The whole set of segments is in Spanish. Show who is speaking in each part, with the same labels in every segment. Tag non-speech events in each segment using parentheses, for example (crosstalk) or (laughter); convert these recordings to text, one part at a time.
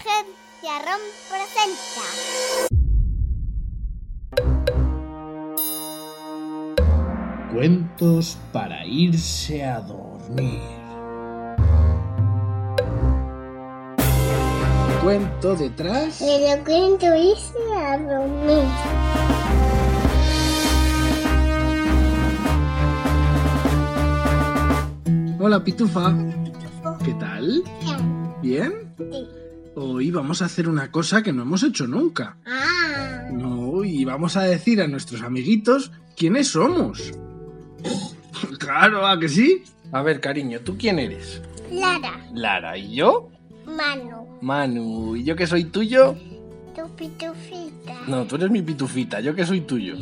Speaker 1: Ciencia Rom presenta.
Speaker 2: Cuentos para irse a dormir. Cuento detrás.
Speaker 1: Le lo cuento irse a dormir.
Speaker 2: Hola, Pitufa. ¿Qué tal? ¿Bien?
Speaker 1: Sí.
Speaker 2: Hoy vamos a hacer una cosa que no hemos hecho nunca.
Speaker 1: Ah,
Speaker 2: No, y vamos a decir a nuestros amiguitos quiénes somos. (laughs) claro, ¿a que sí? A ver, cariño, ¿tú quién eres?
Speaker 1: Lara,
Speaker 2: Lara, ¿y yo?
Speaker 1: mano,
Speaker 2: Manu, ¿y yo que soy tuyo?
Speaker 1: tu pitufita.
Speaker 2: No, tú eres mi pitufita, yo que soy tuyo.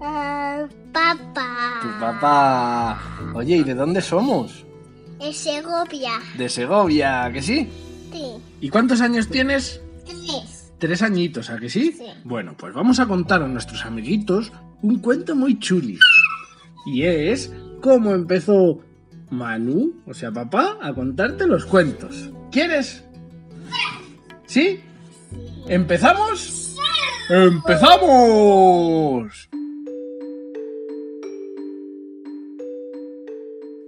Speaker 1: Ah, papá.
Speaker 2: Tu papá. Oye, ¿y de dónde somos?
Speaker 1: De Segovia.
Speaker 2: De Segovia, ¿a que sí?
Speaker 1: Sí.
Speaker 2: ¿Y cuántos años tienes?
Speaker 1: Tres.
Speaker 2: Tres añitos, ¿a que sí?
Speaker 1: Sí.
Speaker 2: Bueno, pues vamos a contar a nuestros amiguitos un cuento muy chuli. Y es cómo empezó Manu, o sea, papá, a contarte los cuentos. ¿Quieres? ¿Sí? ¿Empezamos? ¡Empezamos!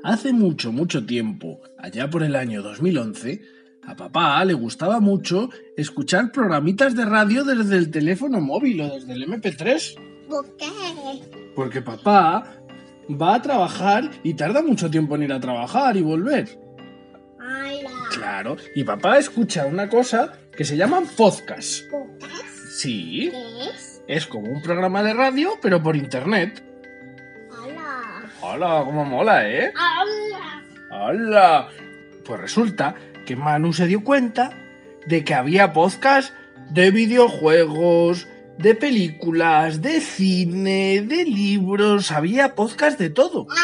Speaker 2: Hace mucho, mucho tiempo, allá por el año 2011, a papá le gustaba mucho escuchar programitas de radio desde el teléfono móvil o desde el MP3.
Speaker 1: ¿Por qué?
Speaker 2: Porque papá va a trabajar y tarda mucho tiempo en ir a trabajar y volver.
Speaker 1: Ala.
Speaker 2: Claro, y papá escucha una cosa que se llaman podcasts.
Speaker 1: ¿Por qué?
Speaker 2: Sí,
Speaker 1: ¿Qué es?
Speaker 2: es como un programa de radio, pero por internet.
Speaker 1: Ala.
Speaker 2: Hola, cómo mola, ¿eh?
Speaker 1: Ala.
Speaker 2: ¡Hala! Pues resulta que Manu se dio cuenta de que había podcast de videojuegos, de películas, de cine, de libros, había podcast de todo.
Speaker 1: Ala.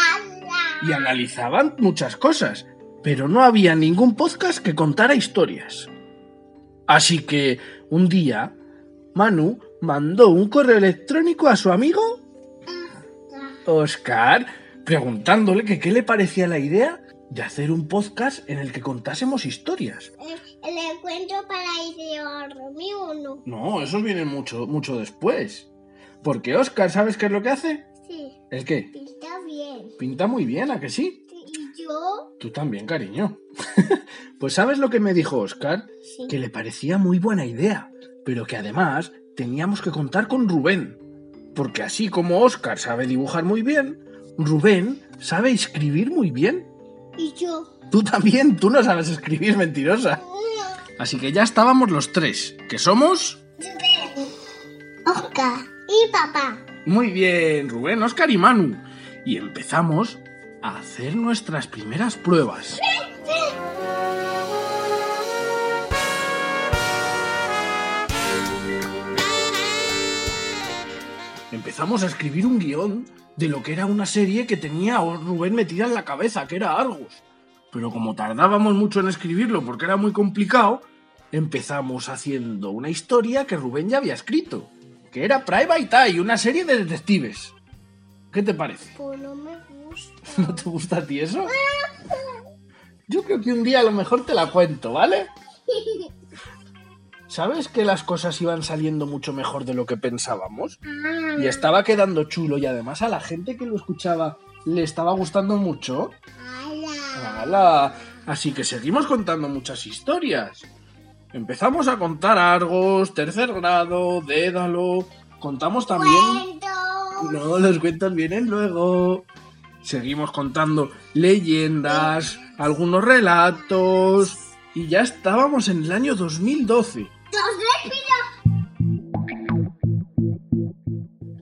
Speaker 2: Y analizaban muchas cosas, pero no había ningún podcast que contara historias. Así que un día, Manu mandó un correo electrónico a su amigo Oscar preguntándole que qué le parecía la idea de hacer un podcast en el que contásemos historias.
Speaker 1: Eh, Le cuento para ir a dormir o no.
Speaker 2: No, eso viene mucho, mucho después. Porque Oscar, ¿sabes qué es lo que hace?
Speaker 1: Sí,
Speaker 2: ¿El qué?
Speaker 1: pinta bien.
Speaker 2: Pinta muy bien, ¿a que sí?
Speaker 1: Sí, ¿Y yo?
Speaker 2: Tú también, cariño. (laughs) pues ¿sabes lo que me dijo Oscar?
Speaker 1: Sí.
Speaker 2: Que le parecía muy buena idea, pero que además teníamos que contar con Rubén. Porque así como Oscar sabe dibujar muy bien, Rubén sabe escribir muy bien.
Speaker 1: ¿Y yo?
Speaker 2: Tú también, tú no sabes escribir, mentirosa. Así que ya estábamos los tres, que somos...
Speaker 1: Oscar y papá.
Speaker 2: Muy bien, Rubén, Oscar y Manu. Y empezamos a hacer nuestras primeras pruebas. Empezamos a escribir un guión de lo que era una serie que tenía a Rubén metida en la cabeza, que era Argos. Pero como tardábamos mucho en escribirlo porque era muy complicado, empezamos haciendo una historia que Rubén ya había escrito, que era Private Eye, una serie de detectives. ¿Qué te parece? (laughs)
Speaker 1: Pues no me gusta.
Speaker 2: ¿No (laughs) te gusta a ti eso? Yo creo que un día a lo mejor te la cuento, ¿vale? ¿Sabes que las cosas iban saliendo mucho mejor de lo que pensábamos? Y estaba quedando chulo y además a la gente que lo escuchaba le estaba gustando mucho.
Speaker 1: Ala.
Speaker 2: ¡Hala! Así que seguimos contando muchas historias. Empezamos a contar Argos, tercer grado, Dédalo. Contamos también...
Speaker 1: Cuento.
Speaker 2: No, los cuentos vienen luego. Seguimos contando leyendas, algunos relatos. Y ya estábamos en el año 2012.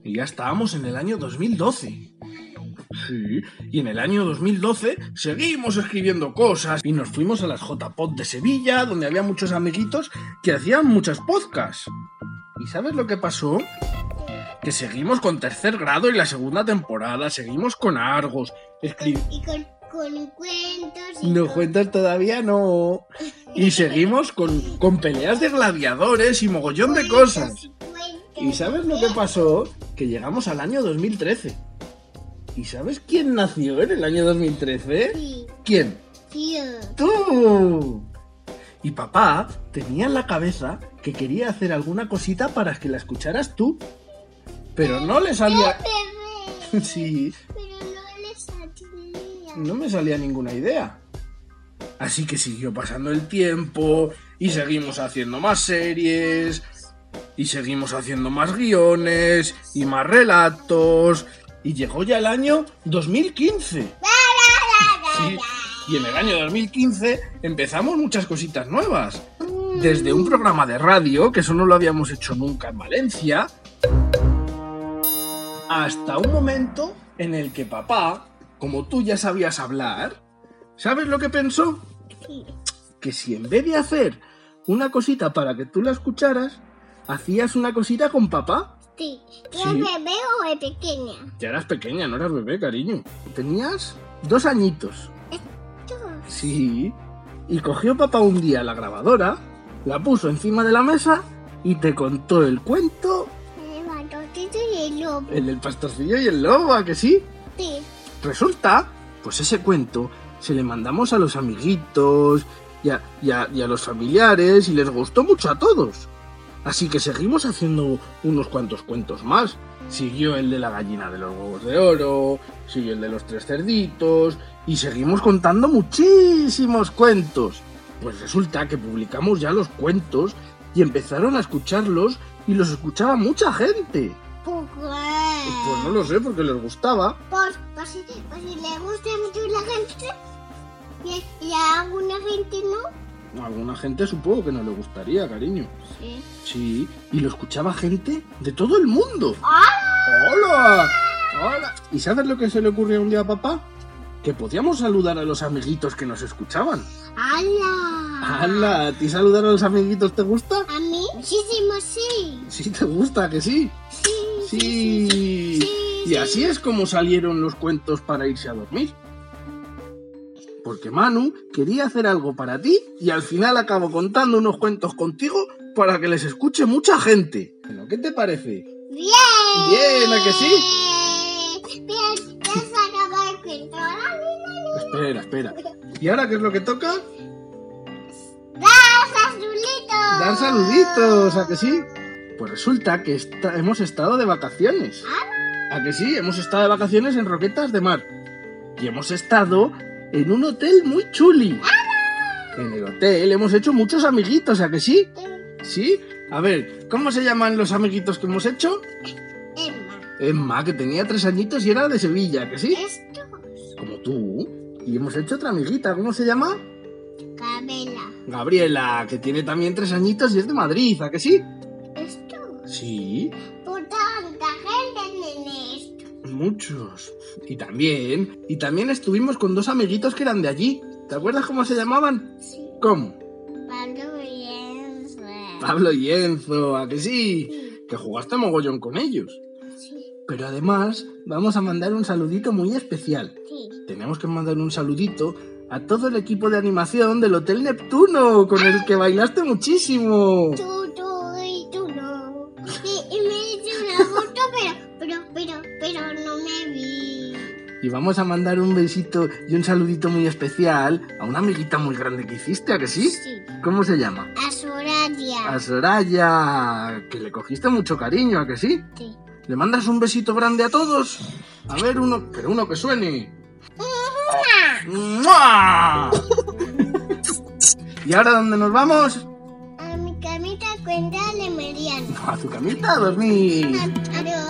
Speaker 2: Y ya estábamos en el año 2012. Sí, y en el año 2012 seguimos escribiendo cosas y nos fuimos a las JPod de Sevilla, donde había muchos amiguitos que hacían muchos podcasts. ¿Y sabes lo que pasó? Que seguimos con tercer grado y la segunda temporada, seguimos con Argos, escribimos...
Speaker 1: Y con, con cuentos y
Speaker 2: No
Speaker 1: con-
Speaker 2: cuentas todavía, no. Y seguimos con, con peleas de gladiadores y mogollón de cosas.
Speaker 1: cuentos y cuentos.
Speaker 2: ¿Y sabes lo que pasó? Que llegamos al año 2013. ¿Y sabes quién nació en el año 2013?
Speaker 1: Sí,
Speaker 2: ¿Quién?
Speaker 1: tío.
Speaker 2: ¡Tú! Y papá tenía en la cabeza que quería hacer alguna cosita para que la escucharas tú. Pero no le salía... (laughs)
Speaker 1: Bebé.
Speaker 2: Ah, Sí,
Speaker 1: Pero no le salía.
Speaker 2: no me salía ninguna idea. Así que siguió pasando el tiempo y seguimos haciendo más series y seguimos haciendo más guiones y más relatos y llegó ya el año 2015. Sí, y en el año 2015 empezamos muchas cositas nuevas. Desde un programa de radio, que eso no lo habíamos hecho nunca en Valencia, hasta un momento en el que papá, como tú ya sabías hablar, ¿sabes lo que pensó? Que si en vez de hacer una cosita para que tú la escucharas, hacías una cosita con papá.
Speaker 1: Sí. ¿Tú
Speaker 2: Sí.
Speaker 1: eres bebé o es pequeña?
Speaker 2: Ya eras pequeña, no eras bebé, cariño. Tenías dos añitos.
Speaker 1: Tú.
Speaker 2: Sí. Y cogió papá un día la grabadora, la puso encima de la mesa y te contó el cuento,
Speaker 1: El batotito y el lobo.
Speaker 2: el del pastorcillo y el lobo, ¿a que sí?
Speaker 1: Sí.
Speaker 2: Resulta, pues ese cuento se le mandamos a los amiguitos y a, y a- y a los familiares y les gustó mucho a todos. Así que seguimos haciendo unos cuantos cuentos más. Siguió el de la gallina de los huevos de oro, siguió el de los tres cerditos y seguimos contando muchísimos cuentos. Pues resulta que publicamos ya los cuentos y empezaron a escucharlos y los escuchaba mucha gente.
Speaker 1: ¿Por
Speaker 2: Pues no
Speaker 1: qué?
Speaker 2: lo sé porque les gustaba.
Speaker 1: Pues, pues si, pues si le gusta mucho la gente y, y a alguna gente no.
Speaker 2: A alguna gente supongo que no le gustaría, cariño.
Speaker 1: Sí.
Speaker 2: Sí, y lo escuchaba gente de todo el mundo.
Speaker 1: ¡Ah!
Speaker 2: ¡Hola! ¡Hola! ¿Y sabes lo que se le ocurrió un día a papá? Que podíamos saludar a los amiguitos que nos escuchaban.
Speaker 1: ¡Hala!
Speaker 2: ¡Hala! ¿A ti saludar a los amiguitos te gusta?
Speaker 1: A mí, muchísimo sí.
Speaker 2: Sí, te gusta, que sí.
Speaker 1: Sí.
Speaker 2: Sí. Y así es como salieron los cuentos para irse a dormir. Porque Manu quería hacer algo para ti y al final acabo contando unos cuentos contigo para que les escuche mucha gente. Bueno, ¿qué te parece?
Speaker 1: ¡Bien!
Speaker 2: Bien, ¿a que
Speaker 1: sí? Bien, ya se acaba el cuento. Ahora mira,
Speaker 2: Espera, espera. ¿Y ahora qué es lo que toca?
Speaker 1: ¡Dar saluditos!
Speaker 2: Dar saluditos, ¿a que sí? Pues resulta que esta- hemos estado de vacaciones. ¿A que sí? Hemos estado de vacaciones en Roquetas de Mar. Y hemos estado en un hotel muy chuli. En el hotel hemos hecho muchos amiguitos, ¿a que sí?
Speaker 1: Em,
Speaker 2: ¿Sí? A ver, ¿cómo se llaman los amiguitos que hemos hecho?
Speaker 1: Emma,
Speaker 2: Emma, que tenía tres añitos y era de Sevilla, ¿que sí?
Speaker 1: esto,
Speaker 2: Como tú. Y hemos hecho otra amiguita, ¿cómo se llama?
Speaker 1: Cabela,
Speaker 2: Gabriela, que tiene también tres añitos y es de Madrid, ¿a que sí?
Speaker 1: esto.
Speaker 2: Sí,
Speaker 1: Por tanta gente en esto.
Speaker 2: muchos. Y también, y también estuvimos con dos amiguitos que eran de allí. ¿Te acuerdas cómo se llamaban?
Speaker 1: Sí.
Speaker 2: ¿Cómo?
Speaker 1: Pablo y Enzo.
Speaker 2: Pablo y Enzo, ¿a que sí?
Speaker 1: Sí,
Speaker 2: Que jugaste mogollón con ellos.
Speaker 1: sí,
Speaker 2: Pero además, vamos a mandar un saludito muy especial.
Speaker 1: sí.
Speaker 2: tenemos que mandar un saludito a todo el equipo de animación del Hotel Neptuno, con el que bailaste muchísimo.
Speaker 1: Tú, tú y tú no. Y, y me hice una foto, pero, pero, pero, pero no me vi.
Speaker 2: Y vamos a mandar un besito y un saludito muy especial a una amiguita muy grande que hiciste, ¿a que sí?
Speaker 1: Sí.
Speaker 2: ¿Cómo se llama?
Speaker 1: A Soraya.
Speaker 2: A Soraya, que le cogiste mucho cariño, ¿a que sí?
Speaker 1: Sí.
Speaker 2: ¿Le mandas un besito grande a todos? A ver, uno, pero uno que suene. ¡Mua! ¿Y ahora dónde nos vamos?
Speaker 1: A mi camita cuenta de Mariano.
Speaker 2: A tu camita a dormir.
Speaker 1: Adiós.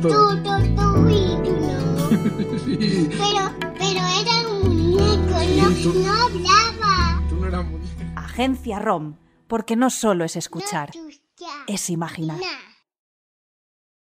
Speaker 1: Tú, tú, tú y tú no.
Speaker 2: Sí.
Speaker 1: Pero, pero era un muñeco, no, no hablaba.
Speaker 2: (laughs) Tú no eras muñeca.
Speaker 3: Agencia ROM, porque no solo es escuchar,
Speaker 1: No, tú ya.
Speaker 3: es imaginar.
Speaker 1: Nah.